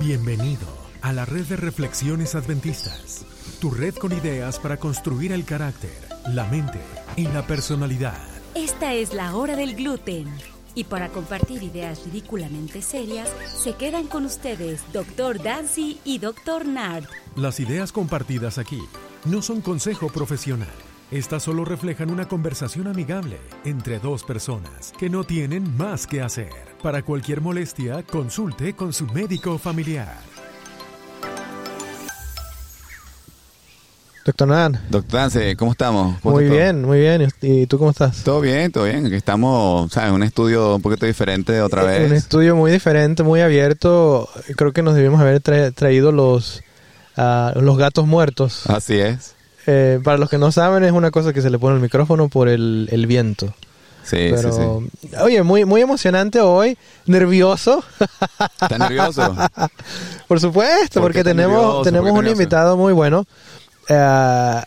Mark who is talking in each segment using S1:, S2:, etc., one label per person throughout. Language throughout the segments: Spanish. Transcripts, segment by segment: S1: Bienvenido a la red de reflexiones adventistas, tu red con ideas para construir el carácter, la mente y la personalidad.
S2: Esta es la hora del gluten. Y para compartir ideas ridículamente serias, se quedan con ustedes Dr. Dancy y Dr. Nard.
S1: Las ideas compartidas aquí no son consejo profesional. Estas solo reflejan una conversación amigable entre dos personas que no tienen más que hacer. Para cualquier molestia, consulte con su médico familiar.
S3: Doctor Nan,
S4: Doctor Dance, ¿cómo estamos? ¿Cómo
S3: muy
S4: está todo?
S3: bien, muy bien. ¿Y tú cómo estás?
S4: Todo bien, todo bien. Aquí estamos, ¿sabes? En un estudio un poquito diferente de otra
S3: Eh, Un
S4: vez.
S3: estudio muy diferente, muy abierto. Creo que nos debimos haber tra- traído los, ah, los gatos muertos.
S4: Así es.
S3: Eh, para los que no saben, es una cosa que se le pone al micrófono por el, el viento.
S4: Sí, sí,
S3: Pero,
S4: sí.
S3: oye, muy, muy emocionante hoy. Nervioso,
S4: ¿Estás nervioso?
S3: por supuesto,
S4: ¿Por
S3: porque
S4: qué tan
S3: tenemos,
S4: nervioso?
S3: tenemos
S4: ¿Por qué
S3: un
S4: nervioso?
S3: invitado muy bueno. Ah,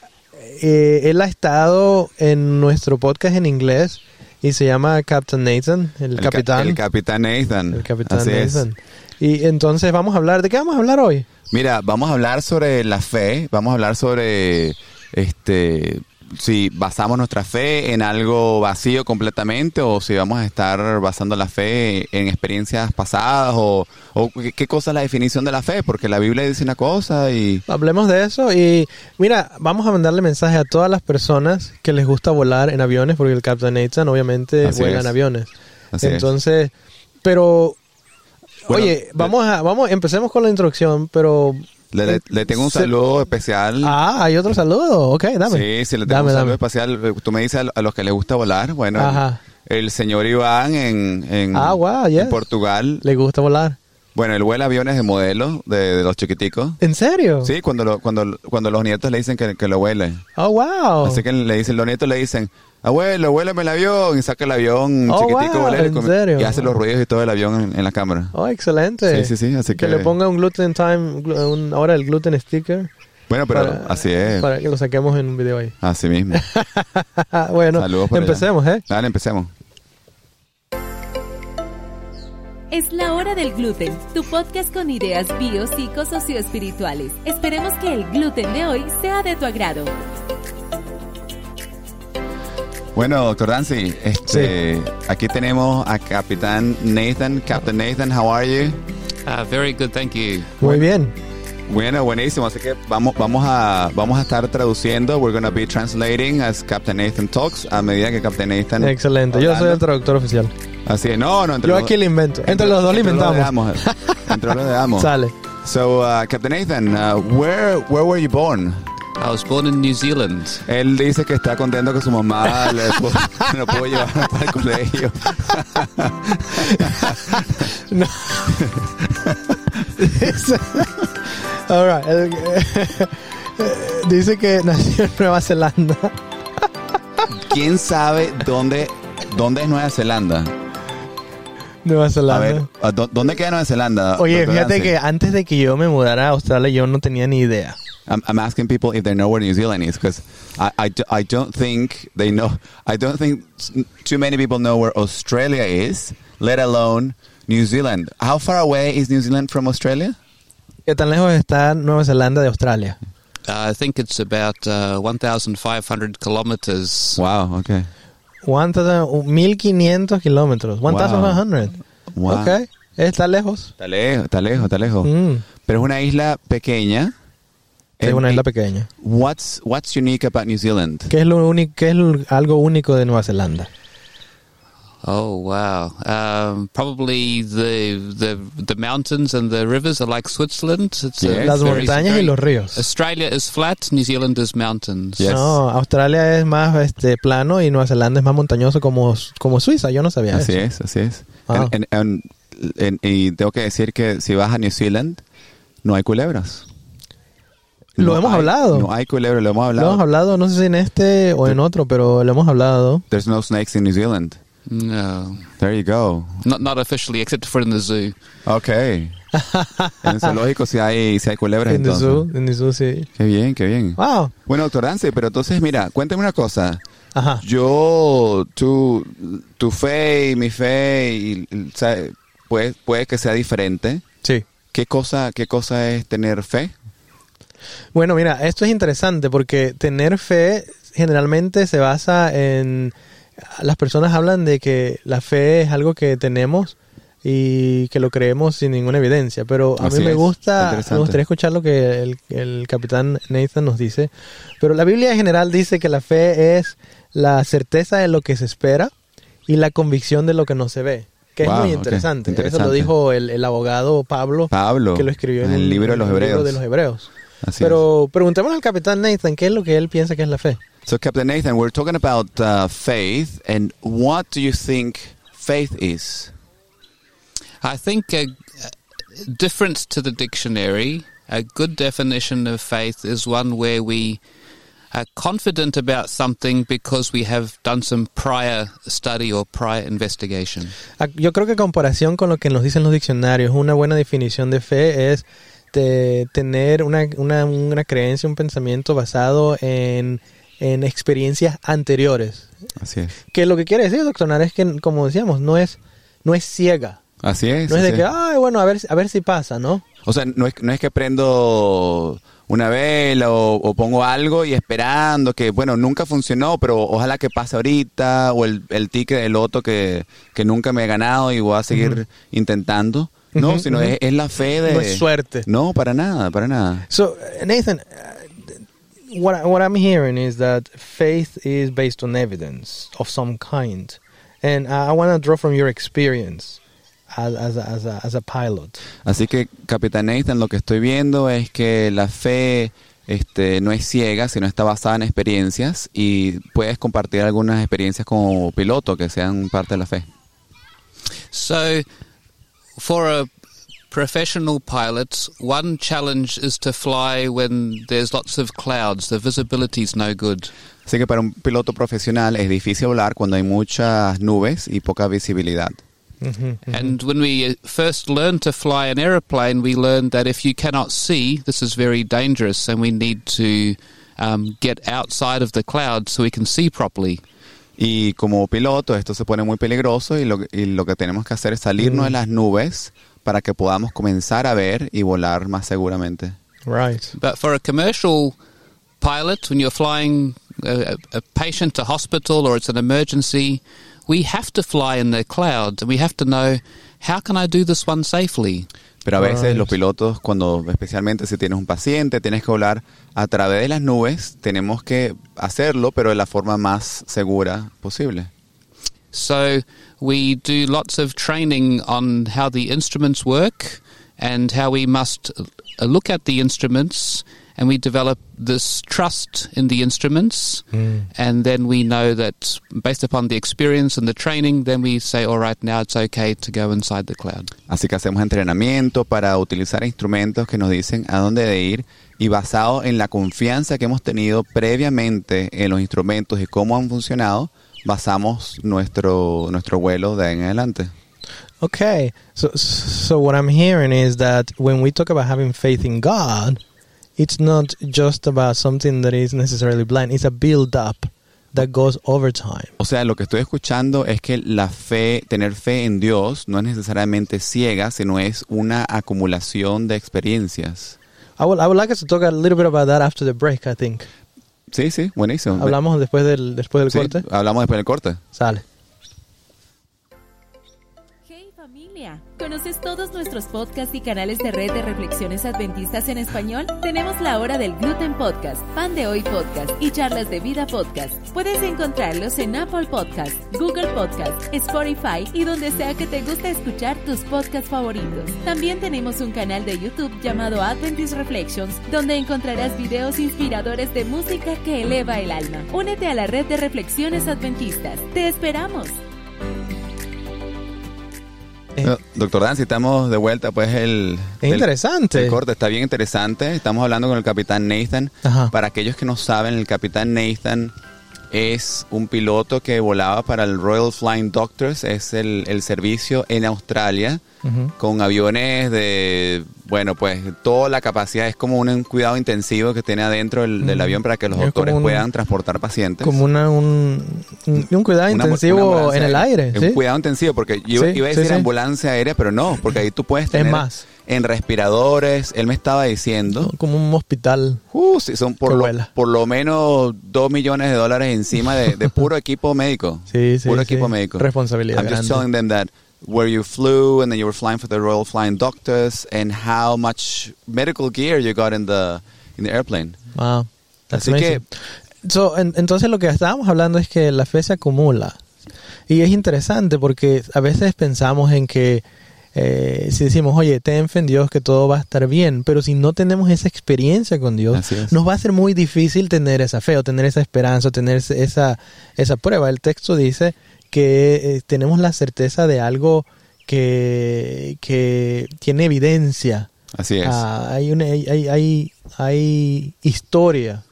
S3: eh, él ha estado en nuestro podcast en inglés y se llama Captain Nathan, el,
S4: ca-
S3: capitán.
S4: el capitán Nathan.
S3: El capitán
S4: Así es.
S3: Nathan. Y entonces vamos a hablar, ¿de qué vamos a hablar hoy?
S4: Mira, vamos a hablar sobre la fe, vamos a hablar sobre este si basamos nuestra fe en algo vacío completamente o si vamos a estar basando la fe en experiencias pasadas o, o qué, qué cosa es la definición de la fe, porque la Biblia dice una cosa y
S3: Hablemos de eso y mira, vamos a mandarle mensaje a todas las personas que les gusta volar en aviones, porque el Captain Nathan obviamente
S4: Así
S3: vuela
S4: es.
S3: en aviones.
S4: Así es.
S3: entonces, pero...
S4: Bueno,
S3: oye,
S4: de-
S3: vamos a, vamos, empecemos con la introducción, pero...
S4: le, le- le tengo un
S3: Se-
S4: saludo especial.
S3: Ah, hay otro saludo, ok, dame.
S4: Sí, sí, le tengo
S3: Dame, dame.
S4: un saludo espacial. Eh, Tú me dices a lo- a los que les gusta volar. Bueno, el-
S3: Ajá.
S4: El, señor Iván en, en,
S3: Ah, wow,
S4: en
S3: yes.
S4: Portugal.
S3: Le gusta volar.
S4: Bueno, él vuela aviones de modelo, de, de los chiquiticos.
S3: ¿En serio?
S4: Sí, cuando, lo- cuando, cuando los nietos le dicen que, que lo huele.
S3: Oh, wow.
S4: Así que le dicen, los nietos le dicen, abuelo, huéleme el avión. Y saca el avión
S3: Oh,
S4: chiquitico,
S3: wow,
S4: huélelo,
S3: ¿en
S4: y come-
S3: serio?
S4: Y hace los ruidos y todo el avión en, en la cámara.
S3: Oh, excelente.
S4: Sí, sí, sí, así
S3: que
S4: que-
S3: le ponga un gluten time, glu- un- ahora el gluten sticker.
S4: Bueno, pero
S3: para-
S4: así es.
S3: Para que lo saquemos en un video ahí.
S4: Así mismo.
S3: bueno,
S4: Saludos por allá.
S3: empecemos, ¿eh?
S4: Dale, empecemos.
S2: Es la hora del gluten, tu podcast con ideas bio, psico, socioespirituales. Esperemos que el gluten de hoy sea de tu agrado.
S4: Bueno, doctor Dancy, este, aquí tenemos a Capitán Nathan. Captain Nathan, how are you?
S5: Ah, very good, thank you.
S3: Muy bien.
S4: Bueno, buenísimo. Así que vamos, vamos a, vamos a estar traduciendo. We're going to be translating as Captain Nathan talks a medida que Captain Nathan.
S3: Excelente. Yo soy el traductor oficial.
S4: Así es. No, no. Entre
S3: Yo
S4: los-
S3: aquí lo invento. Entre los dos lo
S4: entre
S3: inventamos.
S4: damos. Entre los dos damos.
S3: Sale.
S4: So, uh, Captain Nathan, uh, where, where were you born?
S5: I was born in New Zealand.
S4: Él dice que está contento que su mamá le pudo- lo pudo llevar al colegio.
S3: No. Dice- All right. El- Dice que nació en Nueva Zelanda.
S4: ¿Quién sabe dónde, dónde es Nueva Zelanda?
S3: Nueva
S4: A
S3: Zelanda.
S4: ver, ¿a dó- ¿dónde queda Nueva Zelanda?
S3: Oye,
S4: doctor
S3: fíjate
S4: Dancy?
S3: que antes de que yo me mudara a Australia, yo no tenía ni idea.
S4: I'm, I'm asking people if they know where New Zealand is because I, I, do- I don't think they know. I don't think s- too many people know where Australia is, let alone New Zealand. How far away is New Zealand from Australia?
S3: ¿Qué tan lejos está Nueva Zelanda de Australia?
S5: Uh, I think it's about uh, 1,500 kilometers.
S4: Wow. Okay.
S3: 1500 kilómetros. 1500.
S4: Wow.
S3: Ok. Está lejos.
S4: Está lejos, está lejos, está lejos.
S3: Mm.
S4: Pero es una isla pequeña.
S3: Es
S4: En-
S3: una isla pequeña.
S4: What's What's unique about New Zealand?
S3: ¿Qué es, lo único, qué es lo- algo único de Nueva Zelanda?
S5: Oh wow! Um, probably the the the mountains and the rivers are like Switzerland. It's a
S4: Yes.
S3: Las
S5: very-
S3: montañas y
S5: very-
S3: los ríos.
S5: Australia is flat. New Zealand is mountains.
S4: Yes.
S3: No, Australia es más este plano y Nueva Zelanda es más montañoso como, como Suiza. Yo no sabía
S4: Así
S3: eso.
S4: es, así es.
S3: Ah.
S4: En- en- en- en- y tengo que decir que si vas a New Zealand, no hay culebras.
S3: Lo hemos
S4: hay-
S3: hablado.
S4: No hay culebras, lo hemos
S3: Lo
S4: hablado.
S3: hemos hablado, no sé si en este o en otro, pero lo hemos hablado.
S4: There's no snakes in New Zealand.
S5: No,
S4: There you go.
S5: not not officially, except for in the zoo.
S4: Ok. en el zoológico sí hay, sí hay culebras
S3: En
S4: entonces.
S3: Nizú, en Nizú, sí.
S4: Qué bien, qué bien.
S3: Wow.
S4: Bueno, doctor Dance, pero entonces mira, cuéntame una cosa.
S3: Ajá.
S4: Yo, tu, tu fe y mi fe, y, y, o sea, puede, puede que sea diferente.
S3: Sí.
S4: ¿Qué cosa, qué cosa es tener fe?
S3: Bueno, mira, esto es interesante porque tener fe generalmente se basa en... Las personas hablan de que la fe es algo que tenemos y que lo creemos sin ninguna evidencia, pero a
S4: Así
S3: mí me
S4: es,
S3: gusta,
S4: interesante.
S3: me gustaría escuchar lo que el, el capitán Nathan nos dice, pero la Biblia en general dice que la fe es la certeza de lo que se espera y la convicción de lo que no se ve, que
S4: Wow,
S3: es muy
S4: ok,
S3: interesante. Eso lo
S4: interesante.
S3: dijo el, el abogado Pablo,
S4: Pablo,
S3: que lo escribió en,
S4: en el
S3: un-
S4: libro de los
S3: en un libro
S4: Hebreos.
S3: de los hebreos.
S4: Así es.
S3: Pero preguntémosle al capitán Nathan qué es lo que él piensa que es la fe.
S4: So, Captain Nathan, we're talking about uh, faith, and what do you think faith is?
S5: I think, a, a different to the dictionary, a good definition of faith is one where we are confident about something because we have done some prior study or prior investigation.
S3: Ah, Yo creo que en comparación con lo que nos dicen los diccionarios, una buena definición de fe es de tener una, una- una creencia, un pensamiento basado en, en experiencias anteriores.
S4: Así es.
S3: Que lo que quiere decir, doctor Nar, es que, como decíamos, no es, no es ciega.
S4: Así es.
S3: No es
S4: así
S3: de que, ah. ay, bueno, a ver, a ver si pasa, ¿no?
S4: O sea, no es, no es que prendo una vela o, o pongo algo y esperando que, bueno, nunca funcionó, pero ojalá que pase ahorita, o el, el ticket del loto que, que nunca me he ganado y voy a seguir intentando. No,
S3: Ujú,
S4: sino
S3: ujú.
S4: es, es la fe de...
S3: No es suerte.
S4: No, para nada, para nada.
S3: So, Nathan, uh, what, I- what I'm hearing is that faith is based on evidence of some kind. And I want to draw from your experience as, as, a, as, a, as a pilot.
S4: Así que, Capitán Nathan, lo que estoy viendo es que la fe este, no es ciega, sino está basada en experiencias y puedes compartir algunas experiencias como piloto que sean parte de la fe.
S5: So, for a professional pilot, one challenge is to fly when there's lots of clouds, the visibility's no good.
S4: Así que para un piloto profesional es difícil volar cuando hay muchas nubes y poca visibilidad.
S5: And when we uh, first learn to fly an aeroplane, we learn that if you cannot see, this is very dangerous, and we need to um, get outside of the clouds so we can see properly.
S4: Y como piloto esto se pone muy peligroso y lo, y lo que tenemos que hacer es salirnos de las nubes para que podamos comenzar a ver y volar más seguramente.
S3: Right.
S5: But for a commercial pilot, when you're flying a, a a patient to hospital or it's an emergency, we have to fly in the clouds and we have to know how can I do this one safely.
S4: Pero a veces
S3: Right.
S4: los pilotos, cuando especialmente si tienes un paciente, tienes que volar a través de las nubes, tenemos que hacerlo, pero de la forma más segura posible.
S5: So we do lots of training on how the instruments work and how we must uh, look at the instruments and we develop this trust in the instruments and then we know that based upon the experience and the training then we say all right now it's okay to go inside the cloud.
S4: Así que hacemos entrenamiento para utilizar instrumentos que nos dicen a dónde de ir y basado en la confianza que hemos tenido previamente en los instrumentos y cómo han funcionado, basamos nuestro, nuestro vuelo de ahí en adelante.
S3: Okay. So, so what I'm hearing is that when we talk about having faith in God, it's not just about something that is necessarily blind. It's a build up that goes over time.
S4: O sea, lo que estoy escuchando es que la fe, tener fe en Dios no es necesariamente ciega, sino es una acumulación de experiencias.
S3: I would, I would like us to talk a little bit about that after the break, I think.
S4: Sí, sí, buenísimo.
S3: Hablamos después del, después del
S4: Sí,
S3: corte.
S4: hablamos después del corte.
S3: Sale.
S6: Hey familia, ¿conoces todos nuestros podcasts y canales de red de reflexiones adventistas en español? Tenemos la hora del gluten podcast, pan de hoy podcast y charlas de vida podcast. Puedes encontrarlos en Apple Podcast, Google Podcast, Spotify y donde sea que te guste escuchar tus podcasts favoritos. También tenemos un canal de YouTube llamado Adventist Reflections, donde encontrarás videos inspiradores de música que eleva el alma. Únete a la red de reflexiones adventistas. Te esperamos.
S3: Eh.
S4: No, Doctor Dan, si estamos de vuelta, pues el...
S3: Es
S4: del-
S3: interesante.
S4: del corte, está bien interesante. Estamos hablando con el capitán Nathan.
S3: Ajá.
S4: Para aquellos que no saben, el capitán Nathan es un piloto que volaba para el Royal Flying Doctors, es el, el servicio en Australia
S3: Ujú.
S4: con aviones de, bueno, pues toda la capacidad es como un cuidado intensivo que tiene adentro del, del
S3: Mm.
S4: avión para que los
S3: Es como
S4: doctores
S3: un-
S4: puedan transportar pacientes.
S3: Como una, un, un- un cuidado
S4: Una ambu- una
S3: Ah, intensivo
S4: ambulancia
S3: en el
S4: aérea.
S3: aire.
S4: Un
S3: ¿sí?
S4: cuidado intensivo, porque yo
S3: Sí,
S4: iba a
S3: sí,
S4: decir
S3: sí.
S4: ambulancia aérea, pero no, porque ahí tú puedes tener
S3: más.
S4: en respiradores, él me estaba diciendo,
S3: Como un hospital.
S4: uh, sí, son por
S3: Que
S4: lo,
S3: vuela.
S4: por lo menos dos millones de dólares encima de, de puro equipo médico.
S3: Sí, sí,
S4: Puro
S3: sí.
S4: equipo médico.
S3: Responsabilidad
S4: I'm just
S3: grande.
S4: telling them that where you flew and then you were flying for the Royal Flying Doctors and how much medical gear you got in the, in the airplane.
S3: Wow. That's
S4: Así
S3: amazing. So, en- entonces lo que estábamos hablando es que la fe se acumula. Y es interesante porque a veces pensamos en que eh, si decimos, oye, ten fe en Dios que todo va a estar bien, pero si no tenemos esa experiencia con Dios,
S4: Así es.
S3: nos va a ser muy difícil tener esa fe o tener esa esperanza o tener ese- esa, esa prueba. El texto dice que eh, tenemos la certeza de algo que, que tiene evidencia.
S4: Así es.
S3: Ah, hay, una, hay, hay, hay- hay historia.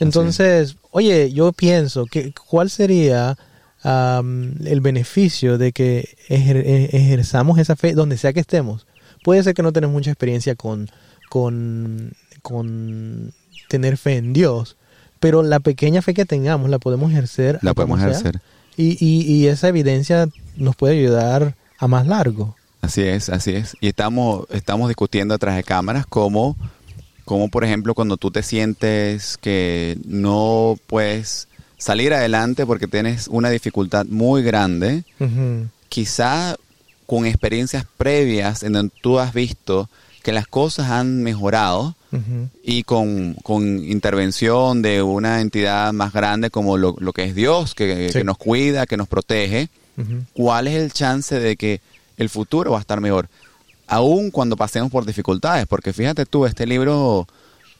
S3: Entonces, oye, yo pienso, que, ¿cuál sería am, el beneficio de que ejer- e- ejerzamos esa fe donde sea que estemos? Puede ser que no tenemos mucha experiencia con, con, con tener fe en Dios, pero la pequeña fe que tengamos la podemos ejercer.
S4: La
S3: a como
S4: podemos
S3: sea,
S4: ejercer.
S3: Y, y- y esa evidencia nos puede ayudar a más largo.
S4: Así es, así es. Y estamos, estamos discutiendo atrás de cámaras cómo, cómo, por ejemplo, cuando tú te sientes que no puedes salir adelante porque tienes una dificultad muy grande,
S3: Ujú.
S4: quizá con experiencias previas en donde tú has visto que las cosas han mejorado
S3: Ujú.
S4: y con, con intervención de una entidad más grande como lo, lo que es Dios, que,
S3: Sí.
S4: que nos cuida, que nos protege,
S3: Ujú.
S4: ¿cuál es el chance de que el futuro va a estar mejor? Aún cuando pasemos por dificultades, porque fíjate tú, este libro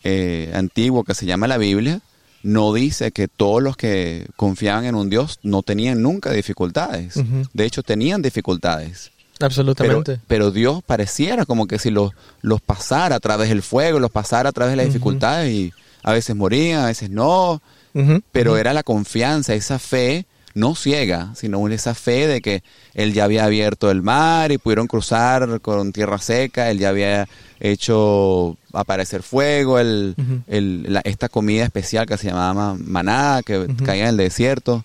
S4: eh, antiguo que se llama la Biblia, no dice que todos los que confiaban en un Dios no tenían nunca dificultades.
S3: Ujú.
S4: De hecho, tenían dificultades. Pero,
S3: Absolutamente.
S4: pero Dios pareciera como que si los, los pasara a través del fuego, los pasara a través de las
S3: Ujú.
S4: dificultades y a veces morían, a veces no
S3: Ujú.
S4: pero era la confianza, esa fe, no ciega, sino esa fe de que él ya había abierto el mar y pudieron cruzar con tierra seca, él ya había hecho aparecer fuego, el,
S3: Ujú.
S4: el- la- esta comida especial que se llamaba maná, que caía en el desierto.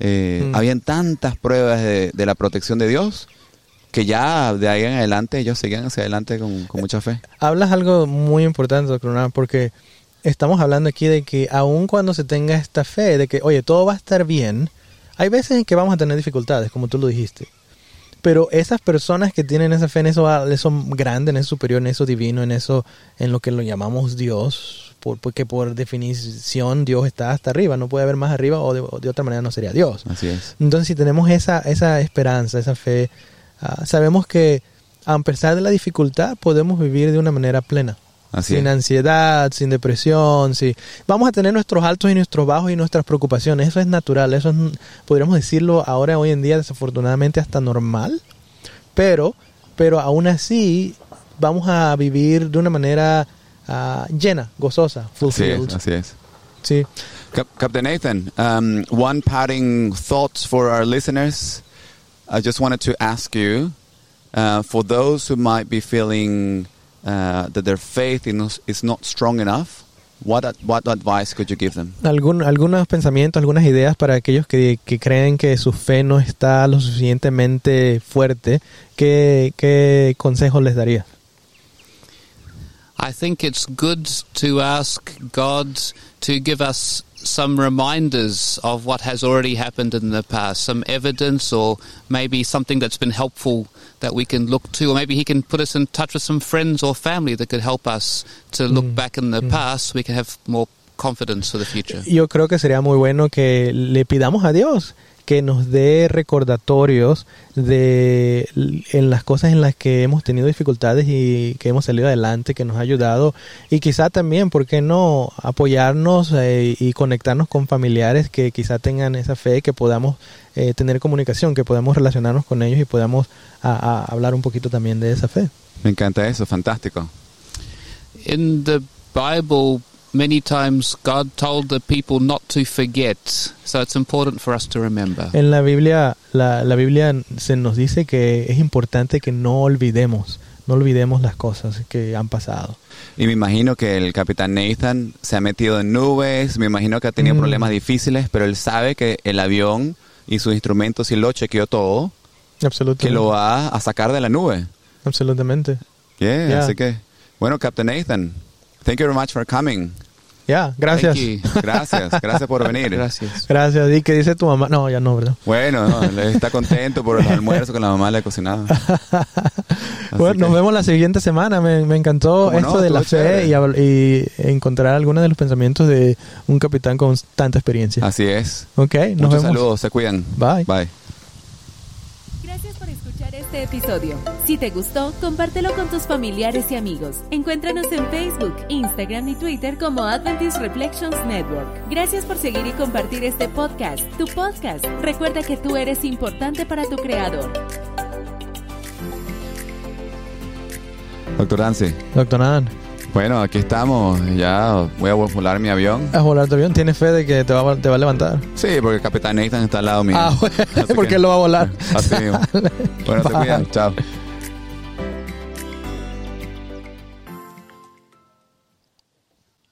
S4: Eh,
S3: Mm.
S4: Habían tantas pruebas de, de la protección de Dios que ya de ahí en adelante ellos seguían hacia adelante con,
S3: Eh,
S4: con mucha fe.
S3: Hablas algo muy importante, doctor Unam, porque estamos hablando aquí de que aun cuando se tenga esta fe de que, oye, todo va a estar bien, hay veces en que vamos a tener dificultades, como tú lo dijiste. Pero esas personas que tienen esa fe en eso, al- eso grande, en eso superior, en eso divino, en eso, en lo que lo llamamos Dios, por, porque por definición Dios está hasta arriba, no puede haber más arriba o de, o de otra manera no sería Dios.
S4: Así es.
S3: Entonces, si tenemos esa, esa esperanza, esa fe, ah, sabemos que a pesar de la dificultad, podemos vivir de una manera plena.
S4: Así
S3: sin
S4: es.
S3: ansiedad, sin depresión, si vamos a tener nuestros altos y nuestros bajos y nuestras preocupaciones, eso es natural, eso es, podríamos decirlo ahora hoy en día desafortunadamente hasta normal, pero pero aún así vamos a vivir de una manera ah, llena, gozosa,
S4: Así
S3: fulfilled.
S4: es, así es.
S3: Sí.
S4: Cap- Captain Nathan, um, one parting thoughts for our listeners. I just wanted to ask you, uh, for those who might be feeling uh, that their faith in us is not strong enough, what ad- what advice could you give them?
S3: Algún- algunos pensamientos, algunas ideas para aquellos que, que creen que su fe no está lo suficientemente fuerte, ¿qué, qué consejos les daría?
S5: I think it's good to ask God to give us some reminders of what has already happened in the past, some evidence or maybe something that's been helpful that we can look to, or maybe He can put us in touch with some friends or family that could help us to look back in the past so we can have more confidence for the future.
S3: Yo creo que sería muy bueno que le pidamos a Dios que nos dé recordatorios de en las cosas en las que hemos tenido dificultades y que hemos salido adelante, que nos ha ayudado y quizá también, ¿por qué no apoyarnos eh, y conectarnos con familiares que quizá tengan esa fe, que podamos eh, tener comunicación, que podamos relacionarnos con ellos y podamos a- a hablar un poquito también de esa fe?
S4: Me encanta eso, fantástico.
S5: In the Bible, many times God told the people not to forget, so it's important for us to remember.
S3: En la Biblia, la, la Biblia se nos dice que es importante que no olvidemos, no olvidemos las cosas que han pasado.
S4: Y me imagino que el capitán Nathan se ha metido en nubes, me imagino que ha tenido
S3: Mm.
S4: problemas difíciles, pero él sabe que el avión y sus instrumentos y lo chequeó todo,
S3: Absolutamente.
S4: que lo va a sacar de la nube.
S3: Absolutamente.
S4: Yeah,
S3: Yeah.
S4: así que, bueno, Captain Nathan, thank you very much for coming.
S3: Ya, gracias.
S5: Thank you.
S4: Gracias, gracias por venir.
S5: Gracias.
S3: Gracias. ¿Y qué dice tu mamá? No, ya no, ¿verdad?
S4: Bueno, no, él está contento por el almuerzo que la mamá le ha cocinado.
S3: bueno, nos
S4: que-
S3: vemos la siguiente semana. Me, me encantó
S4: ¿Cómo no?
S3: esto de la
S4: Estuvo
S3: fe
S4: chévere.
S3: y, habl- y encontrar algunos de los pensamientos de un capitán con tanta experiencia.
S4: Así es.
S3: Ok, nos
S4: Muchos
S3: vemos.
S4: saludos, se cuidan.
S3: Bye.
S4: Bye.
S6: Gracias por escuchar este episodio. Si te gustó, compártelo con tus familiares y amigos. Encuéntranos en Facebook, Instagram y Twitter como Adventist Reflections Network. Gracias por seguir y compartir este podcast, tu podcast. Recuerda que tú eres importante para tu creador.
S4: Doctor Dance.
S3: Doctor Nadan,
S4: Bueno, aquí estamos. Ya voy a volar mi avión.
S3: ¿has volado tu avión? ¿Tienes fe de que te va, a- te va a levantar?
S4: Sí, porque el Capitán Nathan está al lado mío.
S3: Ah, bueno,
S4: Así
S3: porque
S4: que-
S3: él lo va a volar.
S4: Así mismo. Bueno, se
S3: Bye.
S4: cuidan. Chao.